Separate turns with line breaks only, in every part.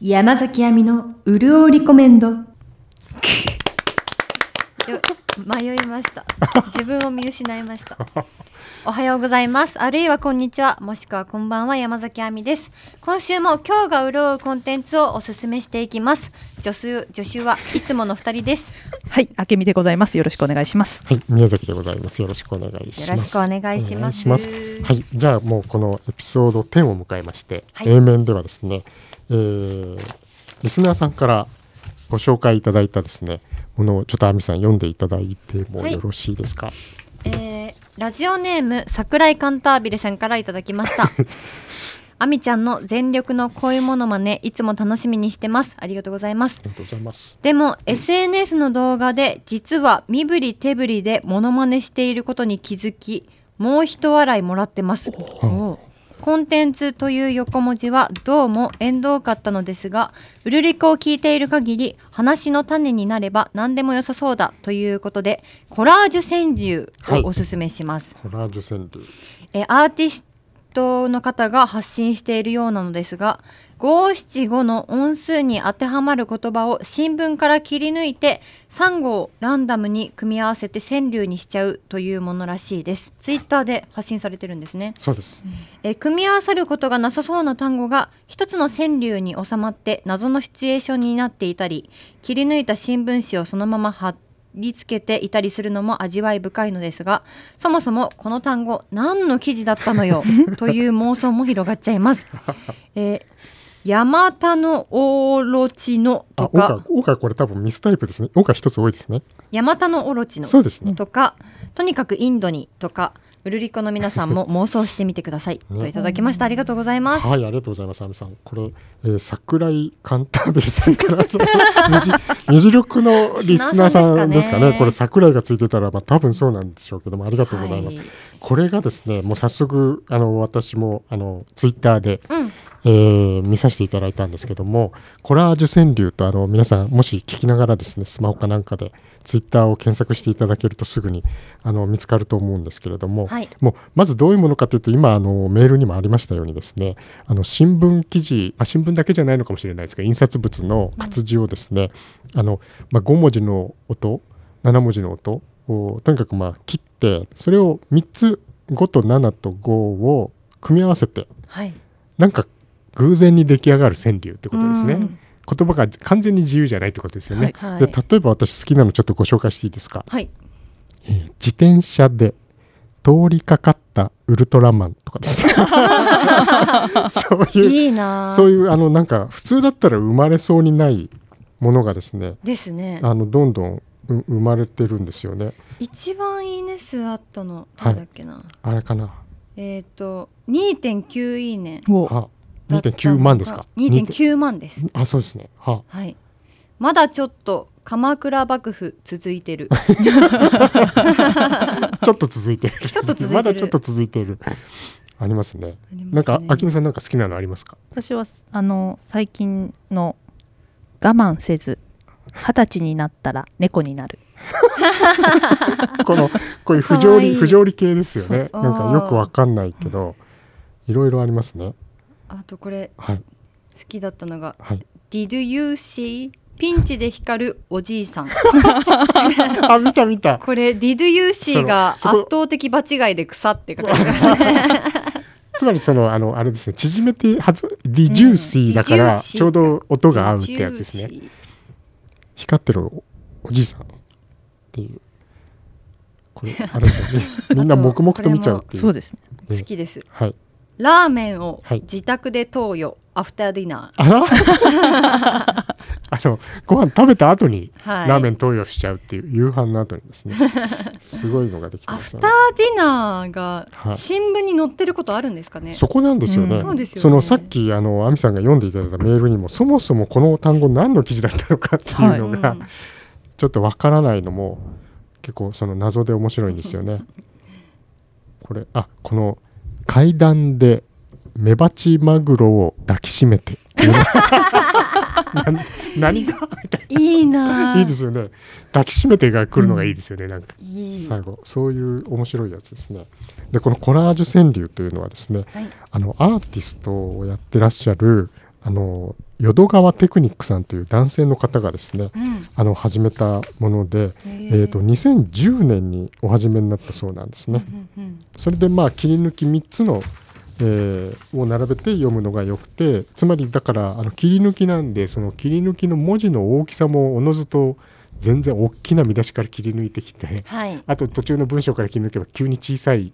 山崎亜美のうるおうリコメン ド。
よ迷いました自分を見失いました おはようございますあるいはこんにちはもしくはこんばんは山崎亜美です今週も今日が潤うコンテンツをおすすめしていきます助手助手はいつもの二人です
はい、あけみでございます。よろしくお願いします。
はい、宮崎でございます。よろしくお願いし
よ
ま
ろし
す。
くお願いします
お願いしはい、じゃあもうこのエピソード10を迎えまして、
はい
A 面ではですね、えーリスナーさんからご紹介いただいたですね、ものをちょっと亜美さん読んでいただいても
はい
よろしいですか。
えーラジオネーム桜井カンタービレさんからいただきま したあみちゃんの全力の恋モノマネいつも楽しみにしてますありがとうございます
ありがとうございます。
でも SNS の動画で実は身振り手振りでモノマネしていることに気づきもう一笑いもらってます
お
コンテンツという横文字はどうも縁遠かったのですがウルリコを聞いている限り話の種になれば何でも良さそうだということでコラージュ川柳をおすすめします、
コラージュ川柳。
えーアーティストの方が発信しているようなのですが五七五の音数に当てはまる言葉を新聞から切り抜いて3語をランダムに組み合わせて川柳にしちゃうというものらしいですツイッターで発信されてるんですね
そうです。
えー組み合わさることがなさそうな単語が一つの川柳に収まって謎のシチュエーションになっていたり切り抜いた新聞紙をそのまま貼り付けていたりするのも味わい深いのですがそもそもこの単語何の記事だったの よという妄想も広がっちゃいます。えー、山田のオロチの
あ、
と
オカ
か、
オカこれ多分ミスタイプですね。オカ一つ多いですね。
山田のオロチの
そうですね。
とか、とにかくインドにとか、ウルリコの皆さんも妄想してみてください
ね
といただきました。ありがとうございます。
はい、ありがとうございます、亜美さん。これ、えー、桜井カンターベルさんからの 無事力のリスナーさんで
リスナー
すかね、
さんですかね
これ、桜井がついてたら、まあ多分そうなんでしょうけども、ありがとうございます。
はい
これがですね、もう早速、あの私もあのツイッターで、
うん、
えー見させていただいたんですけども、コラージュ川柳とあの皆さん、もし聞きながらですね、スマホかなんかで、ツイッターを検索していただけるとすぐにあの見つかると思うんですけれども、
はい、
もうまずどういうものかというと今あのメールにもありましたようにですねあの新聞記事、まあ、新聞だけじゃないのかもしれないですが印刷物の活字をですね、あのまあ、5文字の音7文字の音をとにかくまあ切ってそれを3つ5と7と5を組み合わせて
はい、
なんか偶然に出来上がる川柳ってことですね、
うん
言葉が完全に自由じゃないってことですよね、
はい
で例えば私好きなのちょっとご紹介していいですか
はい、
えー自転車で通りかかったウルトラマンと かですねそういう
いいなあ。
そういうあのなんか普通だったら生まれそうにないものがですね
ですね。
あのどんどんう生まれてるんですよね
一番いいね数あったの、
は
ないんだっけな。
あれかな
えっ、と、2.9いいね。
お、
あ2.9万ですか
2.9万です。
あそうですねは
はい。まだちょっと鎌倉幕府続い てる。
あちょっと続いてる
ちょっと続いてる
まだちょっと続いてるありますねなんかあきみさんなんか好きなのありますか
私はあの最近の我慢せず二十歳になったら猫になる。
このこういう不条
かわいい
理不条理系ですよね
そう
なんかよくわかんないけどいろいろありますね
あとこれ
はい
好きだったのが
はい
Did you see ピンチで光るおじいさん。
あ、見た見た。
これ Did you see が圧
そのそこ
倒的場違いで草って書かれてますね。
つまりそのあのあれですね、縮めてはずディジューシーだか
うん
ら
ディジューシー
ちょうど音が合うってやつですね。
Did you see
光ってるおおじいさんっていう。これあれです よね。みんな黙々と見ちゃうってい。
そううですね。
ね
好きです。
はい。
ラーメンを
はい
自宅で投与、アフターディナ
あら。あのご飯食べた後に
ー。はい。
ラーメン投与しちゃうっていう、夕飯の後にですね。すごいのができて
ア
ま
フ
す
タ
よ
ー
ね。
ディナーが
はい
新聞に載ってることあるんですかね。
そこなんですよね。
うん
そうですよね
そのさっきあのアミさんが読んでいただいたメールにもそもそもこの単語何の記事だったのかっていうのが、
うん
ちょっとわからないのも結構その謎で面白いんですよね。これあこの階段でメバチマグロを抱きしめて な何が
いいなあ。
いいですよね抱きしめてが来るのがいいですよね、なんか
いい
最後そういう面白いやつですね。でこのコラージュ川柳というのはですね
はい。
あのアーティストをやってらっしゃるあの淀川テクニックさんという男性の方がですね
うん
あの始めたもので、
え
えー、と2010年にお始めになったそうなんですね。
うんうんうん
それでまあ切り抜き3つの、えーを並べて読むのがよくてつまりだからあの切り抜きなんでその切り抜きの文字の大きさもおのずと全然大きな見出しから切り抜いてきて
はい
あと途中の文章から切り抜けば急に小さい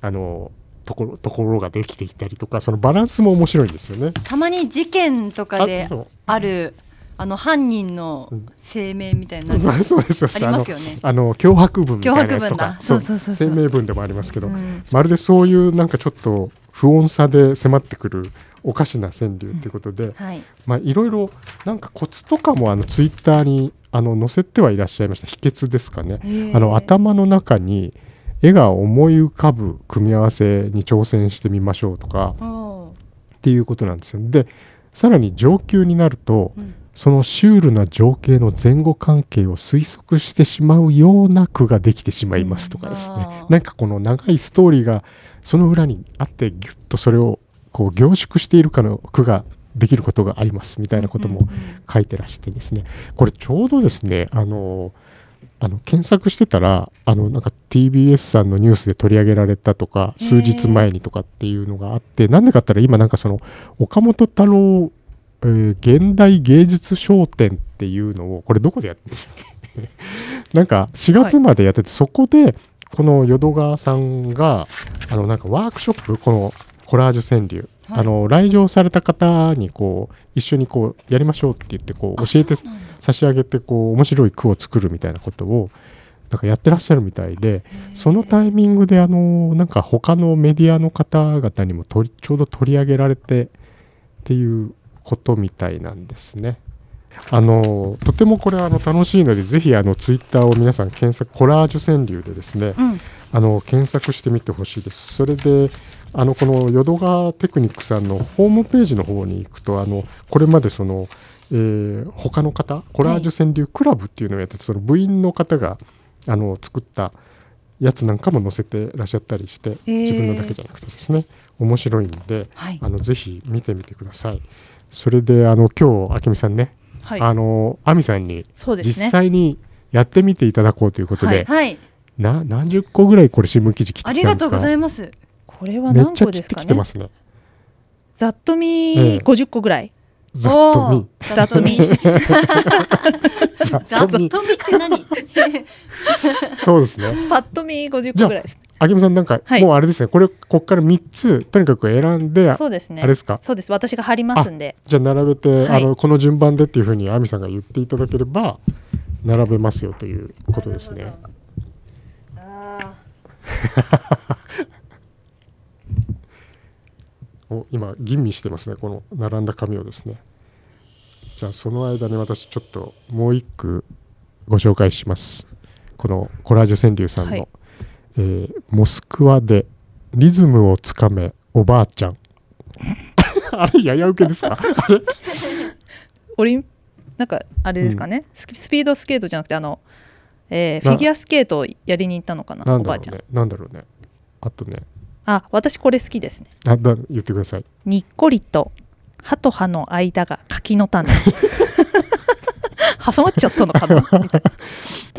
あのところところができてきたりとかそのバランスも面白いんですよね。
たまに事件とかで
あそう
あるあの犯人の
うん
声明みたいなの
そ
あ
う そうですそうで
り
すあ
ま
の
すよね。
あの脅迫文みたいなやつ
脅
と
迫文
か
だそうそうそうそう
声明文でもありますけど、
うん
まるでそういうなんかちょっと不穏さで迫ってくるおかしな川柳ということで、
はい。
まあいろいろなんかコツとかもあのツイッターにあの載せてはいらっしゃいました秘訣ですかね。あの頭の中に絵が思い浮かぶ組み合わせに挑戦してみましょうとか
おー
っていうことなんですよ。でさらに上級になると
うん
そのシュールな情景の前後関係を推測してしまうような句ができてしまいますとかですね、
うんあー
なんかこの長いストーリーがその裏にあってギュッとそれをこう凝縮しているかの句ができることがありますみたいなこと
うん
も
うんうん
書いてらしてですねこれちょうどですねあのあの検索してたらあのなんか TBS さんのニュースで取り上げられたとか
へー
数日前にとかっていうのがあってなんでかって言ったら今なんかその岡本太郎、えー現代芸術商店っていうのをこれどこでやってるんですか なんか4月までやってて、そこでこの淀川さんがあのなんかワークショップこのコラージュ川柳、
はい
あの来場された方にこう一緒にこうやりましょうって言ってこう
あ
教えて
そうなんだ
差し上げてこう面白い句を作るみたいなことをなんかやってらっしゃるみたいでそのタイミングであのなんか他のメディアの方々にも取りちょうど取り上げられてっていうことみたいなんですね。あのとてもこれはあの楽しいのでぜひあのツイッターを皆さん検索コラージュ川柳でですね
うん
あの検索してみてほしいです。それであのこの淀川テクニックさんのホームページの方に行くとあのこれまでその、えー他の方コラージュ川柳クラブっていうのをやってて、その部員の方があの作ったやつなんかも載せてらっしゃったりして、
ー
自分のだけじゃなくてですね面白いんで
はい
あのぜひ見てみてください。それであの今日あきみさんね、
はい
あの亜美さんに
そうですね
実際にやってみていただこうということで、
はい
な何十個ぐらいこれ新聞記事切って
あ
き
り
た
が
ん
と
です
うご
か
ざいます。
これは
めっ
何
ちゃ
個
切
で
っ
す
て
か
きて
ね
ますね
ざっと
ええ
見50個ぐらい、
ざっと見
おー
ざっと見。
ざ
ざっ
っ
と
と
見
見
って何？
そうですね
パッと見50個ぐらいですね
あきみさんなんか、
はい
もうあれですねこれこっから3つとにかく選んであ
そうですね
あれですか
そうです私が貼りますんで
じゃあ並べて、
はい
あのこの順番でっていうふうにあみさんが言っていただければ並べますよということですね。
あ
お今吟味してますねこの並んだ紙をですねじゃあその間に私ちょっともう一句ご紹介しますこのコラージュ川柳さんの、
はい
えーモスクワでリズムをつかめおばあちゃん」 あれやや受けです かあれ
オリンなんかあれですかね、スキスピードスケートじゃなくてあの、えーフ
な
ィギュアスケートをやりに行ったのかな
な
お
ん
ばあ
だろ
ち
う
ゃん
ねなんだろうねあとね
あ私これ好きですね
あだ言ってください
にっこりと歯と歯の間が柿の 種挟まっちゃったのかなみたいな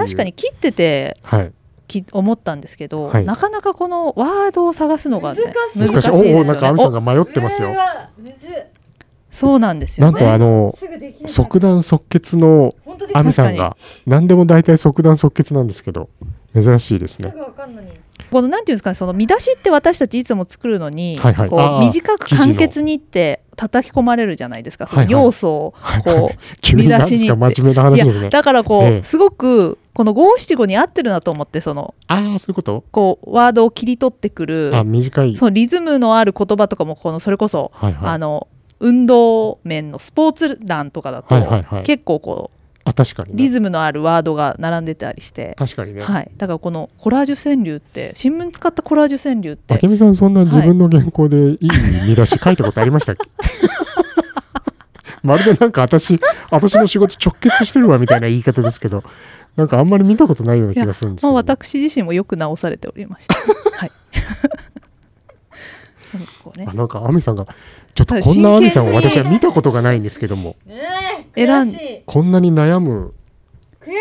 確かに切ってて
はい
き思ったんですけど、
はい
なかなかこのワードを探すのが、ね、
難
難
し
し
いで
いですす
よ
よ
ね
おおなんかあみさ
ね。
んが迷ってますよ
そうなんです
な
よ
んと
ね。
あの
すぐでき
即断即決の
本当で
亜美さんが何でも大体即断即決なんですけど珍しいですね。
ぐわかんのに。
このなんていうんですかね、その見出しって私たちいつも作るのに、
はいはい
こ
あー
う短く
記事の
簡潔にって叩き込まれるじゃないですか。その
はいはい
要素を
はい
こう、
はい 急に
見出し
何ですか
にって
真面目ない話
や
ですね。
だからこう、
ええ
すごくこの五七五に合ってるなと思ってその
ああそういうこと？
こうワードを切り取ってくる
あ短い。
そのリズムのある言葉とかもこのそれこそ、
はいは
あ
い。
の運動面のスポーツ欄とかだと、
はいはいはい
結構こう
あ確かに
リ
ね。
ズムのあるワードが並んでたりして、
確かにね。
はい、だからこのコラージュ川柳って新聞使ったコラージュ川柳っ
あけ
て
みさんそんな自分の原稿でいい見出し書いたことありましたっけ？ まるでなんか私私の仕事直結してるわみたいな言い方ですけど、なんかあんまり見たことないような気がするんですけ
もう
どね、
私自身もよく直され ておりました。はい なんかこうね
あなんか亜美さんがちょっとこんな亜美さんを私は見たことがないんですけども、
え
えらん
い
こんなに悩む
悔し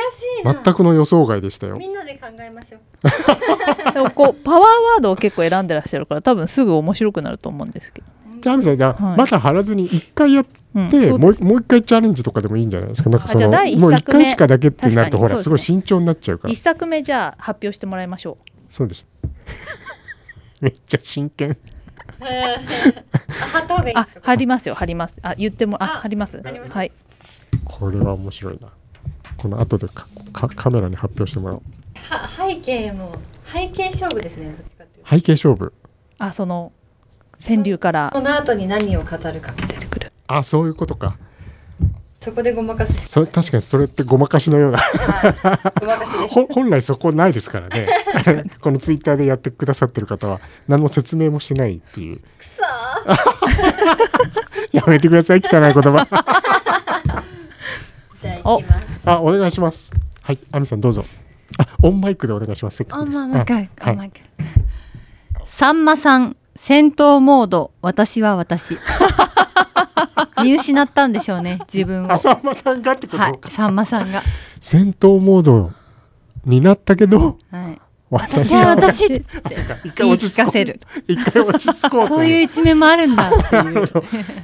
全くの予想外でしたよ。
みんなで考えましょう
でもこうパワーワードを結構選んでらっしゃるから多分すぐ面白くなると思うんですけど、
じゃあ亜美さんじゃあ、
はい
まだ貼らずに一回やって、
うんそう
もうもう一回チャレンジとかでもいいんじゃないですか。なんかそ
あじゃ
の
あ第一
もう一
作目
回しかだけってなると
確か
ほ
らに
す
そう
ご
で
い
す
慎重になっちゃうから
一。作目じゃあ発表してもらいましょ
そうです。 めっちゃ真剣。
貼った方がいうい
あ
ですか
貼りますよ貼りますあ言ってもあ
あ
貼ります
貼ります
はい
これは面白いな。この後でかかカメラに発表してもらおう。
は背景も背景勝負ですねどっちかっていうと
背景勝負。
あその川柳から
その後に何を語るかみたいな
出てくる
あ、そういうことか。
そこでごまかすし
そ確かにそれってごまかしのような。
はいごまかしです
ほ 本来そこないですからね。 このツイッターでやってくださってる方は何の説明もしてないっていう。
くそー
やめてください、汚い言葉。
じゃあ行きます
あ、お願いします。はい、アミさんどうぞ。あ、オンマイクでお願いします。せっか
あ
くです
まあまあ
あ
かい、
はい
あまあかいさんまさん戦闘モード私は 私見失ったんでしょうね自分を
あさんまさんがってこと
は
か。
いさんまさんが、
戦闘モードになったけど、
はい、
私
じゃあ
は
私って
一回
言い
落
聞
ち着
か
こ
せる
う。一回落ち着こうと
そういう一面もあるんだっていう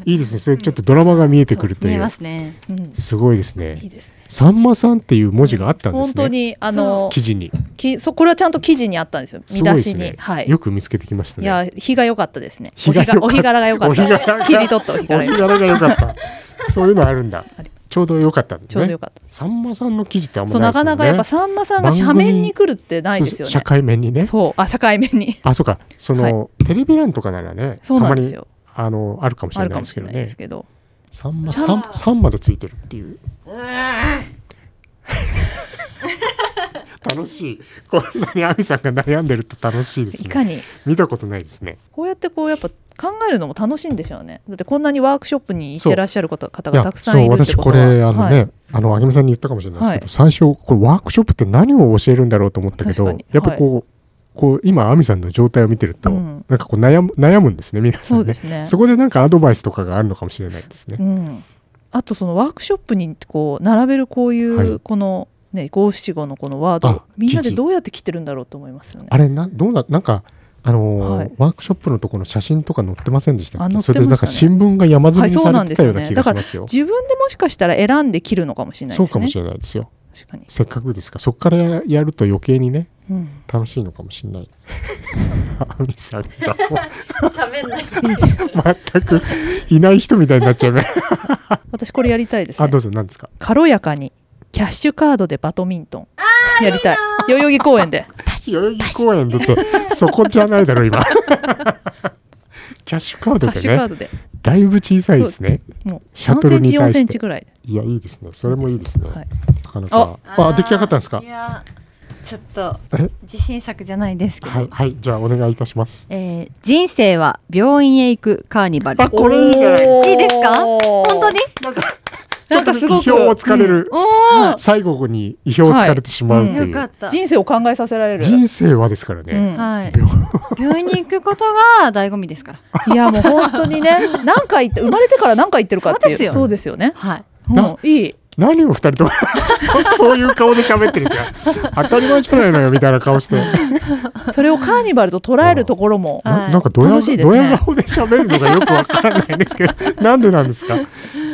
いいですね。それちょっとドラマが見えてくると
見
い
え
う。
ますね
うん
すごいです
い
ね
い。ですね
さんまさんっていう文字があったんですね。
本当にあの
記事に。
きそこれはちゃんと記事にあったんですよ見出しに、はい
よく見つけてきました
い
ね。
や日が良かったですね
日
お
が
日
良かった
がお日柄が良かっ
お日柄が
た切り取ったお日
お
柄
日
が
柄が良 かった。そういうのあるんだ
あり。
ちょうど良かったんで
ちょうど
すね
良。かった、
さんまさんの記事ってあん
そ
ま
う
な
ないかな
ですよね。
かやっぱさんまさんが斜面に来るってないです
そ
よ
う
ね
社会面にね。
そうあ社会面に
あ、そうか。そのテレビ欄とかならね、た
そうな
ま
んです
に
よ
あのあるかもし
あ
れ
るか
ないで
も
す
し
け
れ
ど
ないで
ね
す。けど
さんま
じゃあ
さんさんまでついてるっていう。楽しい。こんなに亜美さんが悩んでると楽しいです
い
ね。
かに
見たことないですね。
こうやってこうやっぱ考えるのも楽しいんでしょうねだってこんなにワークショップに行ってらっしゃる方方
い
が
や
たくさんいるって
そう私
こと
こ
は
れあのね、
はい
あのあげみさんに言ったかもしれないですけど、最初これワークショップって何を教えるんだろうと思ったけ
確
ど
かに
やっぱこう,、こう今亜美さんの状態を見てると、
うん
なんかこう悩む悩むんですね皆さん
そ
ね
うですね
そこでなんかアドバイスとかがあるのかもしれないですね
う。ん、あとそのワークショップにこう並べるこうい
はいう
このね五七五のこのワード
あ
みんなで
記事
どうやって来てるんだろうと思いますよね。
あれなどうななんかあのー
はい
ワークショップのところの写真とか載ってませんでしたっ
あ
け、
載ってまし
そ
たね
れでなんか新聞が山積み
はい
に
そう
さ
な
れ
ん
て
で
た
す
よ
よ
う
ね
な気がしますよ。
自分でもしかしたら選んで切るのかもしれないで
そう
す
かも
ね
し。れないですよ。
確かに。
せっかくですからそこからやると余計にね
うん。
楽しいのかもしれない。 亜美さんが
喋んない
全くいない人みたいになっちゃうね。
私これやりたいです、
あ、
ね
ど。うぞ、何ですか。
軽やかにキャッシュカードでバドミントン。やりたい。代々木公園で。
代々木公園だって、そこじゃないだろ、今。 キャッシュカー
キ
ド
ャッシュカー
で
ド
ね、
で。
だいぶ小さいですね。
もう
シャ
3
ト
セ
ル
ン
に
チ4
対
セン
して
チ。ぐらい。
いや、いいですね。それもいいですね。
はい。
なかなか。あ、出来上がったんですか
い。やちょっと
え
自信作じゃないですけど、
はい、はい、じゃあ、お願いいたします。
えー人生は病院へ行くカーニバル
あこれいいじゃないです
かいいですか本
本
当に
なんか、
なんか
ち
す
ょ
ご
っと意
く
表をつかれる。
お
は
最後に意表をつかれてしまうと
お
ん
い
よか
う
っ。た
人生を考えさせられる。
人生はですから
う
ね。
ん
はい
病
病院に行くことが醍醐味ですから
いやもう本当にね何回言って生まれてから何回言ってるかっていう
そう
ですよね、
はい
な
うん、いい
何を二人とも そそういう顔で喋ってるんですよ。当たり前じゃないのよみたいな顔して。
それをカーニバルと捉えるところも
は
ないなんかドヤ,、
楽しいです
ド
ね
ヤ顔で喋るのがよくわからないんですけ ど、なんでなんですか。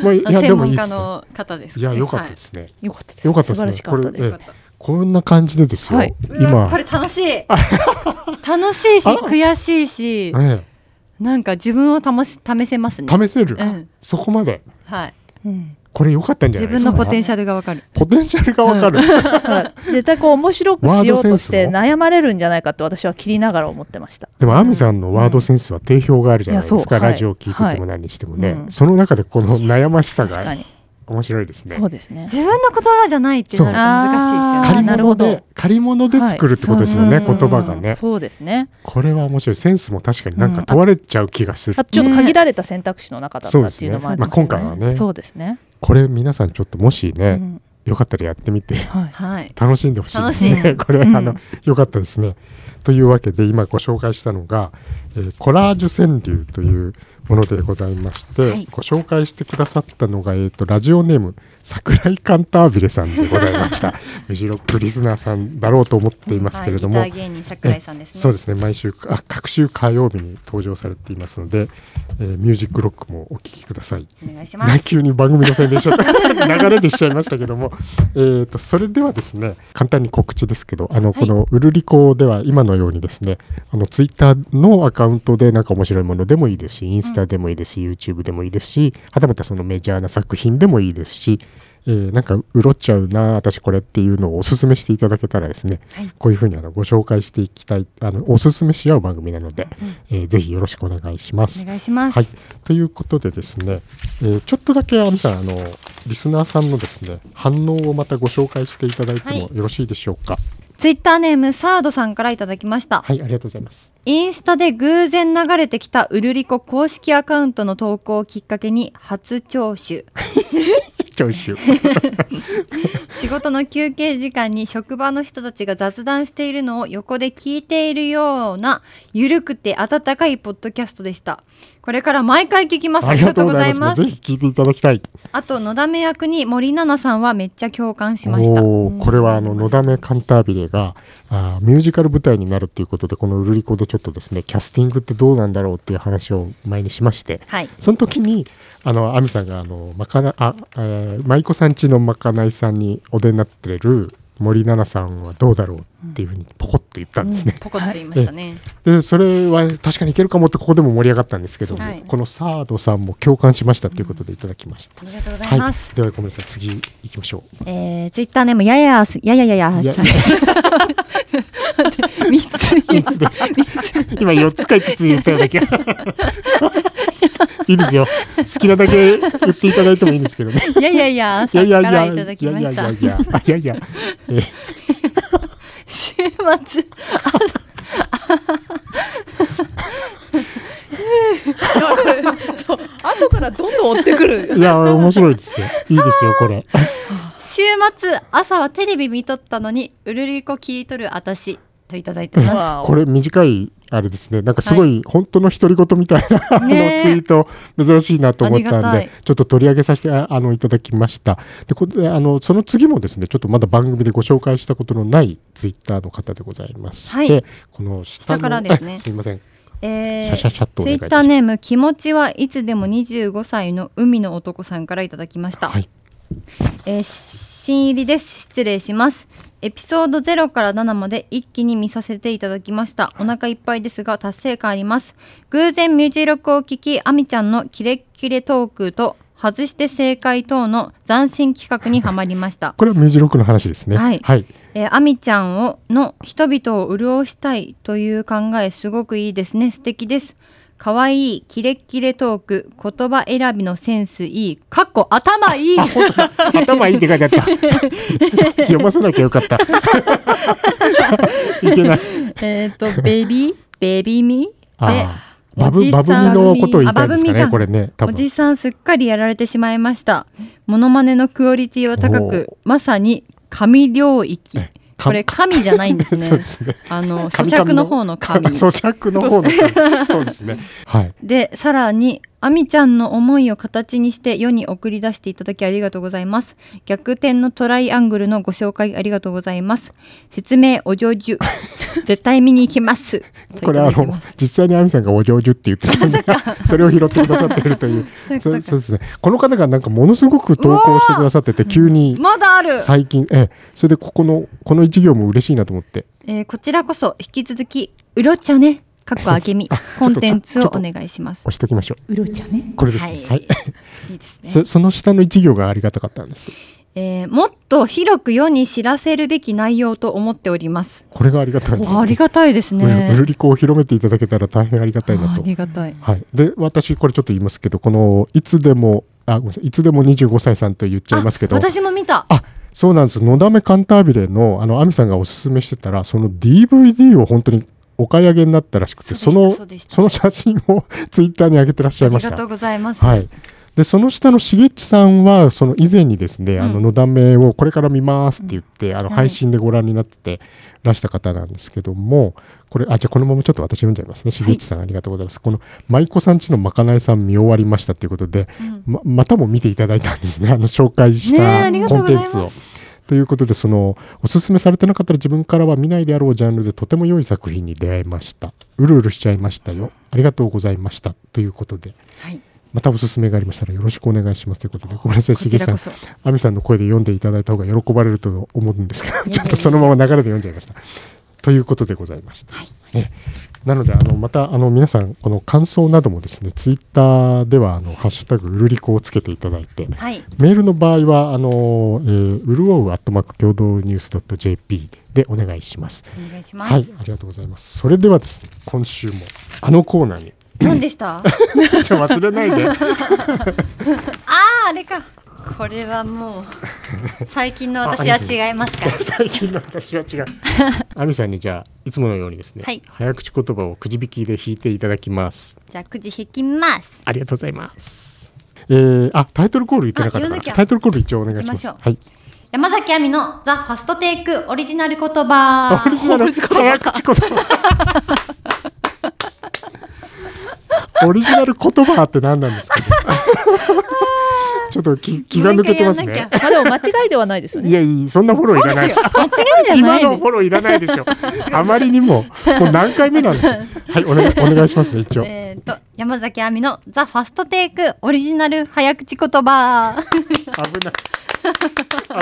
まあ、いやで
専
も
門
いいで
家
すね。
の方です
いや良かった
はい
ですね。
良かったです
良かったです
素晴ら
ね
しかったです
よかっ
こんな感じでですよ。
はい
たうわこ
今、
れ楽し い楽しいし
あ
悔しいし
え
なんか自分を試し試せますね
え試せる、
うん
そこまで。
はい
うん
これ良かったんじゃな
自
いで
分
すか。
のポテンシャルがわかる
ポテンシャルがわかる。
だから絶対こう面白くしようとして
ワードセンスも
悩まれるんじゃないかって私は切りながら思ってました
でも、アミさんのワードセンスは定評があるじゃないです
いやそ
か。
うはい
ラジオを聞いてても何にしてもね、
はいうん
その中でこの悩ましさ
確か
が
に
面白いですね
そ。うですね
自分の言葉じゃないってなると難しいですよ
あ
借り
ー
ね
なるほ
物
ど
で借り物で作るってことですよ
はい
ね、
そうそう
言葉が
うん
ね。
そうですね
これは面白い。センスも確かになんか問われちゃう気がする。
あちょっと限られた選択肢の中だったっていうのもありますよね,、
そうですねまあ今回はね
そうですね、
これ皆さんちょっともし
う
ね、
ん
よかったらやってみて
はい、
はい
楽しんでほしいですね。
楽しい
これ、
うん
あのよかったですね。というわけで今ご紹介したのが、えーコラージュ川柳というものでございまして、
はい
ご紹介してくださったのが、えー、とラジオネーム桜井カンタービレさんでございました。メジロックリスナーさんだろうと思っていますけれども、
はい、ギター芸人桜井さんですね。
そうですね毎週あ各週火曜日に登場されていますので、えーミュージックロックもお聞きください。
お願いしま
な
す。
急に番組の宣伝しちゃった 流れでしちゃいましたけども、えー、とそれではですね簡単に告知ですけどあの、
はい
この「うるりこ」では今のようにですねあのツイッターのアカウントでなんか面白いものでもいいですしインスタでもいいですし、YouTube でもいいですしはたまたそのメジャーな作品でもいいですし、えーなんかうろっちゃうな私これっていうのをおすすめしていただけたらですね、
はい
こういうふうにあのご紹介していきたいあのおすすめし合う番組なので、えーぜひよろしくお願いします。
お願いします。
はい、ということでですね、えーちょっとだけあみさんあのリスナーさんのですね反応をまたご紹介していただいて
はい
もよろしいでしょうか。
ツイッターネームサードさんからいただきました。
はい、ありがとうございます。
インスタで偶然流れてきたウルリコ公式アカウントの投稿をきっかけに初聴取。
聴取。
仕事の休憩時間に職場の人たちが雑談しているのを横で聞いているようなゆるくて温かいポッドキャストでしたこれから毎回聞き ますあ
あ
り
り
が
が
と
と
うご
うご
ざ
ざ
い
いま。
ます
ぜ
す
ひ聞いていただきたい。
あとのだめ役に森七菜さんはめっちゃ共感しました
お
う
ー
ん
これはあの「のだめカンタービレが」あーミュージカル舞台になるということでこの「ウルリコ」でちょっとですねキャスティングってどうなんだろうっていう話を前にしまして
はい
その時にあの亜美さんがあのまかなあ、えー舞妓さんちのまかないさんにお出になってる森七菜さんはどうだろうっていうふうにポコッと言ったんですね。
ポコッと言いましたね、
でそれは確かにいけるかもってここでも盛り上がったんですけども、
はい
このサードさんも共感しましたということでいただきました。
ありがとうございます、
ではごめんなさい次行きましょ う。
えー、ツイッターネームややすやややや
いや
さん
三つ言
三つです今4つか5つ言っただ け。いいですよ。好きなだけ言っていただいてもいいんですけどね。
やや や
い
さ
や
ん
いや
か
いや
らい
い
た
や
だ
い
きま
や
し
い
た
やいやあいやいや。えー
週末
そう後からどんどん追ってくる
いや、面白いですよ。いいですよ、これ。
週末朝はテレビ見とったのにうるりこ聞いとるあたしといただいてま
わお
これ短い、あれですね。なんかすごい、本当の独り言みたいな、あの、ツイ
ねえ
ート、珍しいなと思ったん
ありが
で、ちょっと取り上げさせて、ああの、いただきました。で、こで、あの、その次もですね、ちょっとまだ番組でご紹介したことのないツイッターの方でございまして、
はい
この下
下
の
からですね
あすいません。
す。え
シ
ー
ャシャシャっとお
ツ
願
イ
いいた
ッ
しま
ター
す。
ネーム気持ちはいつでも25歳の海の男さんからいただきました、
はい。
えー新入りです失礼しますエピソード0から7まで一気に見させていただきましたお腹いっぱいですが達成感あります偶然ミュージロックを聞きあみちゃんのキレッキレトークと外して正解等の斬新企画にはまりま した
これは明治六の話ですね。
はい
はい。
えー、アミちゃんをの人々を潤したいという考えすごくいいですね素敵です可愛いキレッキレトーク言葉選びのセンスいいかっこ頭いい
頭いいって書いてあった。読ませなきゃよ かった。いけない。
えっとベビーベビーミ
ああ、バ
お
ブ
じ
バ
さん
ブミのことを言いたいんですか
あバブミ
ね、
か
これね、多
お
分。
じさんすっかりやられてしまいましたモノマネのクオリティは高くまさに神領域
えか
こ れ神じゃないんです
そう
ね
ですね。
あの
神
咀
々
嚼の方の神
咀嚼の方の神。そうですね。はい。
でさらにあみちゃんの思いを形にして世に送り出していただきありがとうございます逆転のトライアングルのご紹介ありがとうございます説明お上 手絶対見に行きます
これあの実際に亜美さんがお上手って言ってたんで、それを拾ってくださっているという。
そういうこと
そう
か
そうですね。この方がなんかものすごく投稿してくださってて、急に
まだある、
最近、ええ、それでここのこの一行も嬉しいなと思って。
えーこちらこそ引き続きうろっちゃねかっこあけみコンテンツをお願いします
押しておきましょ
うろちゃね
う。これですね。はい。
いいですね
そその下の一行がありがたかったんです。
えーもっと広く世に知らせるべき内容と思っております
これがありがたいです。
ありがたいです
ブル
ね
リコを広めていただけたら大変ありがたいな
あ
と
りがたい
はい、で私これちょっと言いますけどこのいつでもあごめんなさいいつでも25歳さんと言っちゃいますけど
私も見た
そうなんです「のだめカンタービレの」あの亜美さんがおすすめしてたらその DVD を本当にお買い上げになったらしくてその
うでし
その写真を ツイッターに上げてらっしゃいまし
ありがと
た。
うございます。
はいでその下のしげっちさんはその以前にですね「あ
う
の
ん
のだめ」をこれから見ますって言って、あの
はい
配信でご覧になってらした方なんですけども、これあじゃあこのままちょっと私読んじゃいますねしげっちさん、ありがとうございますこの舞妓さんちのまかないさん見終わりましたということで
うん
ままたも見ていただいたんですねあの紹介し
ねえ
た
ありがと
コ
うご
ン
ざい
テ
ま
ン
す
ツを。ということでそのおすすめされてなかったら自分からは見ないであろうジャンルでとても良い作品に出会いましたうるうるしちゃいましたよありがとうございましたということで
はい、
またおすすめがありましたらよろしくお願いしますということでごめんなさい
こ
し
ち
げ
ら
さ
こ
ん
そ
亜美さんの声で読んでいただいた方が喜ばれると思うんですけど
や
ちょっとそのまま流れで読んじゃいましたということでございました、ええなのであのまたあの皆さんこの感想などもですねツイッターではあのハッシュタグうるりこをつけていただいて
はい
メールの場合は、あのえー、うるおうアットマーク共同ニュース .jp でお願いします。
お願いします、
はい、ありがとうございます。それではですね、今週もあのコーナーに、
何でしたあ
ちょ忘れないで、
ああれかこれはもう最近の私は違いますか
最近の私は違 う。あみさんにじゃあ、いつものようにですね、
はい
早口言葉をくじ引きで引いていただきます。
じゃあくじ引きます
ありがとうございます。えー、あ、タイトルコール言ってなかった
あ言わな
か
き
ら、
ゃ
タイトルコール一応お願いします。
行きましょう
はい。
山崎亜美のザ・ファストテイクオリジナル言
オリ
葉
ジナル早口言葉。 オリジナル言葉って何なんです かね。ちょっと気気が抜けてます
もう一回やん
ね
な。
まあでも間違いではないですよね。
いやいやそんなフォローいらな
間違
い。
いじゃな
今
いで
の
す
フォローいらないでしょ。あまりにももう何回目なんですよ。 はいお,、ね、お願いしますね一応。
えー、と山崎亜美の「ザ・ファストテイクオリジナル早口言 葉
危 ない。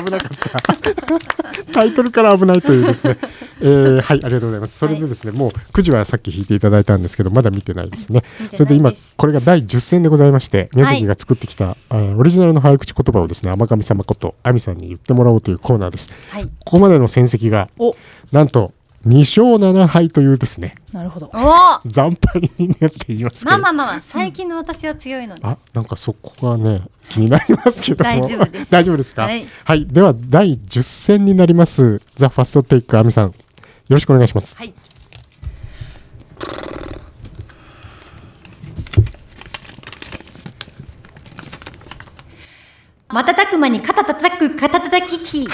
危なかった。タイトルから危ないという ですね。えーはい、ありがとうございます。それでですね、もうくじはさっき引いていただいたんですけど、まだ見てないですね。」
見てないす
それで今、これが第10戦でございまして、宮
はい
崎が作ってきた、えーオリジナルの早口言葉をですね、天神様こと、亜美さんに言ってもらおうというコーナーです。
はい
ここまでの戦績が
お、
なんと、2勝7敗というですね、
なるほど
お。ー
惨敗になっていますけ
まあ
ど、
まあまあまあ最近の私は強いので、
あなんかそこがね、気になりますけども、
大丈夫です
大丈夫ですか、
はい
はい、では第10戦になります、ザ・ファストテイク、亜美さん、よろしくお願いします。
はい瞬く間に肩叩く肩叩き機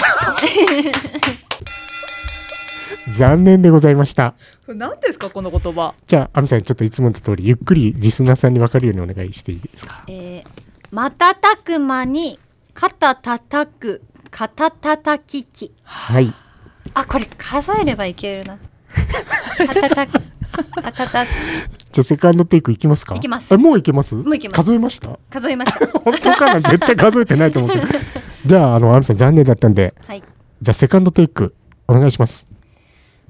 残念でございました。
何ですかこの言葉。
じゃあ、亜美さん、ちょっといつもの通り、ゆっくりリスナーさんに分かるようにお願いしていいですか。
えー、瞬く間に肩叩く肩叩き機
はい、
あこれ数えればいけるな肩叩くあたた
じゃあセカンドテイクいきますか
いきます
えもういけます
もういけます
数えました
数えました
本当かな絶対数えてないと思うけど。 じゃあ、あの、アミさん残念だったんで、
はい
じゃあセカンドテイクお願いします。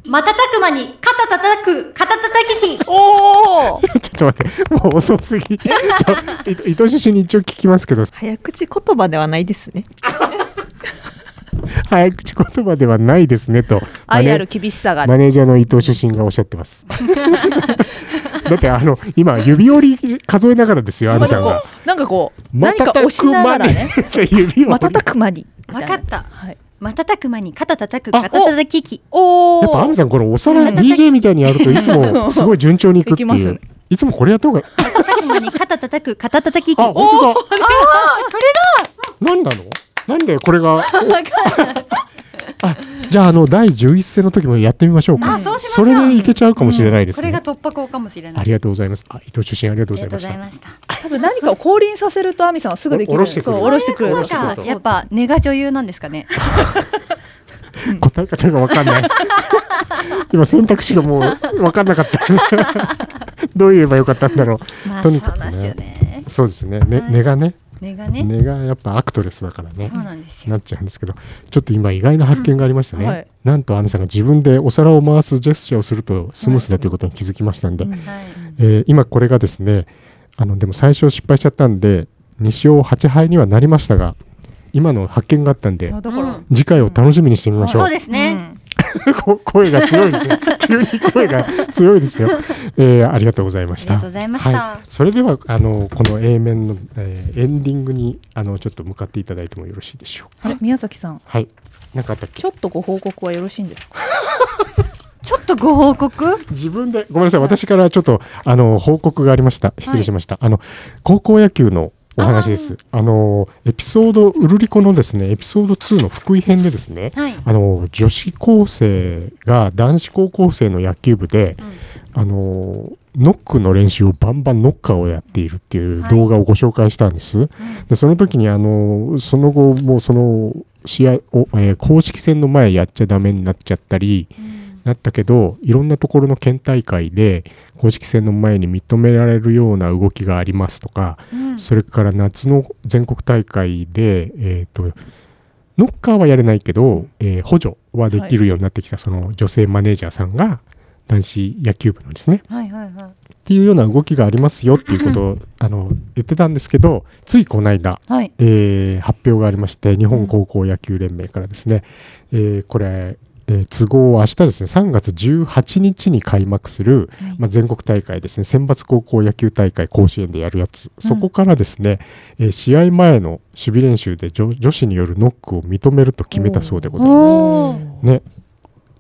瞬く間に肩叩く肩叩き機
おお。
ちょっと待って、もう遅す ぎ。ちょい伊藤出身に一応聞きますけど、
早口言葉ではないですね。
早口言葉ではないですねと。
愛あ
マ
る
ネ
厳しさがある。
マネージャーの伊藤出身がおっしゃってます。 だってあの今指折り数えながらですよ、アミさんが。
なんかこう何か押
瞬
し
く
な
間
がら
に
ね。
指を折り
瞬く間に。
わかった
はい。
瞬く間に肩叩く
あ
肩叩き機
おお。
やっぱアミさんこれおさらい
うん
DJ みたいにやるといつもすごい順調にいくって
できま
い
す
う
ね。
いつもこれやった方が
瞬く間に肩叩く肩叩き機
あ
わ
本当だ。あれだ。なんなの？なんでこれが。
かんない
あじゃああの第11戦の時もやってみましょうか。
あそうしましょ
そうれでいけちゃうかもしれないです
こ
ね。
れが突破口かもしれない
ありがとうございます。あ伊藤出身ありがとうございました。
ました
多分何かを降臨させるとアミさんはすぐできる。
お下ろしてくる
そう下ろしてくる
そ
の
な
ういううこと
かやっぱ根が女優なんですかね
答え方がわかんない。今選択肢がもうわかんなかった。どう言えばよかったんだろう。
まあ
と
そう
にかくね
なんですよね
そうですね。ね
はい
根がね
根がね
根がやっぱアクトレスだからね
そ。うなんですよ
なっちゃうんですけどちょっと今意外な発見がありましたね、
うんはい
なんとアミさんが自分でお皿を回すジェスチャーをするとスムースだということに気づきましたんで、
うん
はい
えー今これがですねあのでも最初失敗しちゃったんで2勝8敗にはなりましたが今の発見があったんで
あだから、
うん
次回を楽しみにしてみましょう
そう、ですね
こ声が強いで すね急に声が強いですよ、えーありがとうございました
ありがとうございました
はい、それではあのこの A 面の、えーエンディングにあのちょっと向かっていただいてもよろしいでしょう
あ
か
れ宮崎さん、
はいなんかあったっけ
ちょっとご報告はよろしいんですか。
ちょっとご報告
自分でごめんなさい私からちょっとあの報告がありました失礼しました、あの高校野球のお話です。あのエピソードウルリコのですねエピソード2の福井編でですね
はい。
あの女子高生が男子高校生の野球部で、あのノックの練習をバンバンノッカーをやっているっていう動画をご紹介したんです。でその時にあのその後もうその試合を、えー公式戦の前やっちゃダメになっちゃったり、なったけどいろんなところの県大会で公式戦の前に認められるような動きがありますとか、それから夏の全国大会で、えー、とノッカーはやれないけど、えー補助はできるようになってきたその女性マネージャーさんが男子野球部のですね
はいはいはい。
っていうような動きがありますよっていうことをあの言ってたんですけどついこの間、
はい。
えー発表がありまして日本高校野球連盟からですね、えーこれ、えー都合明日ですね3月18日に開幕する、
はい
まあ、全国大会ですね選抜高校野球大会甲子園でやるやつそこからですね、えー試合前の守備練習で女女子によるノックを認めると決めたそうでございます。
おー
ね、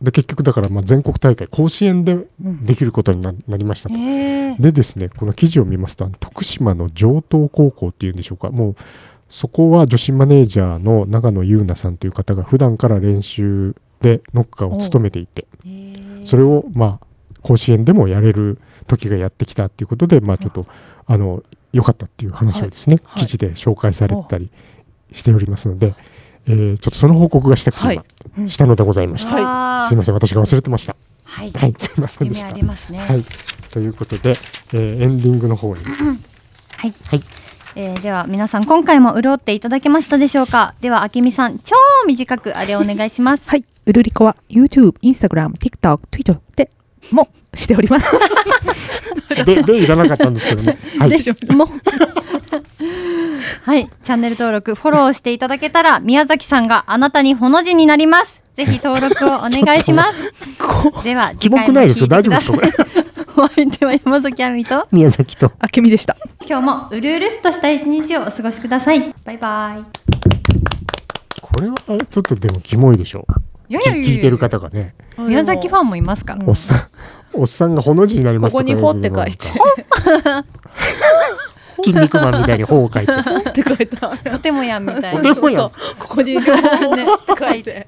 で結局だからまあ全国大会甲子園でできることにななりましたと。
えー
でですね、この記事を見ますと、あの徳島の城東高校っていうんでしょうか、もうそこは女子マネージャーの長野優奈さんという方が、普段から練習でノッカーを務めていて、
えー
それをまあ甲子園でもやれる時がやってきたということで、まあ、ちょっとあの良かったっていう話をですね、
はい
記事で紹介されてたりしておりますので、えーちょっとその報告がしたくて今、
はいうん
したのでございました。
はい
あ
す
ー
いません、私が忘れてました。
はい。
はい、すいませんでし
夢
た
あ。りますね。
はい、ということで、えーエンディングの方に
はい、
はい
えーでは皆さん今回も潤っていただけましたでしょうかではあきみさん超短くあれお願いし ます
はい、うるりこは YouTube、Instagram、TikTok、Twitter でもしております。
で、でいらなかったんですけどね。はい、
でしょもう
はいチャンネル登録フォローしていただけたら宮崎さんがあなたにほの字になりますぜひ登録をお願いします
こ
では次
キモ
回
く
も
ないです
聞
よ。
いて
大
く
丈夫
だ
です
さい
かね。
お相手は山崎あみと
宮崎と。
あけみでした。
今日もうるうるっとした一日をお過ごしくださいバイバ
これは、あちょっとでもキモいでしょ
イいや
き
ややや
聞いてる方がね、
宮崎ファンもいますから
おっさん、おっさんがほの字になります
ここにほって書いて。
筋肉マンみたいにほを書い て。
って書いた。
とてもやんみたい
お
な
手本やん。
ここに両方ね、書いて。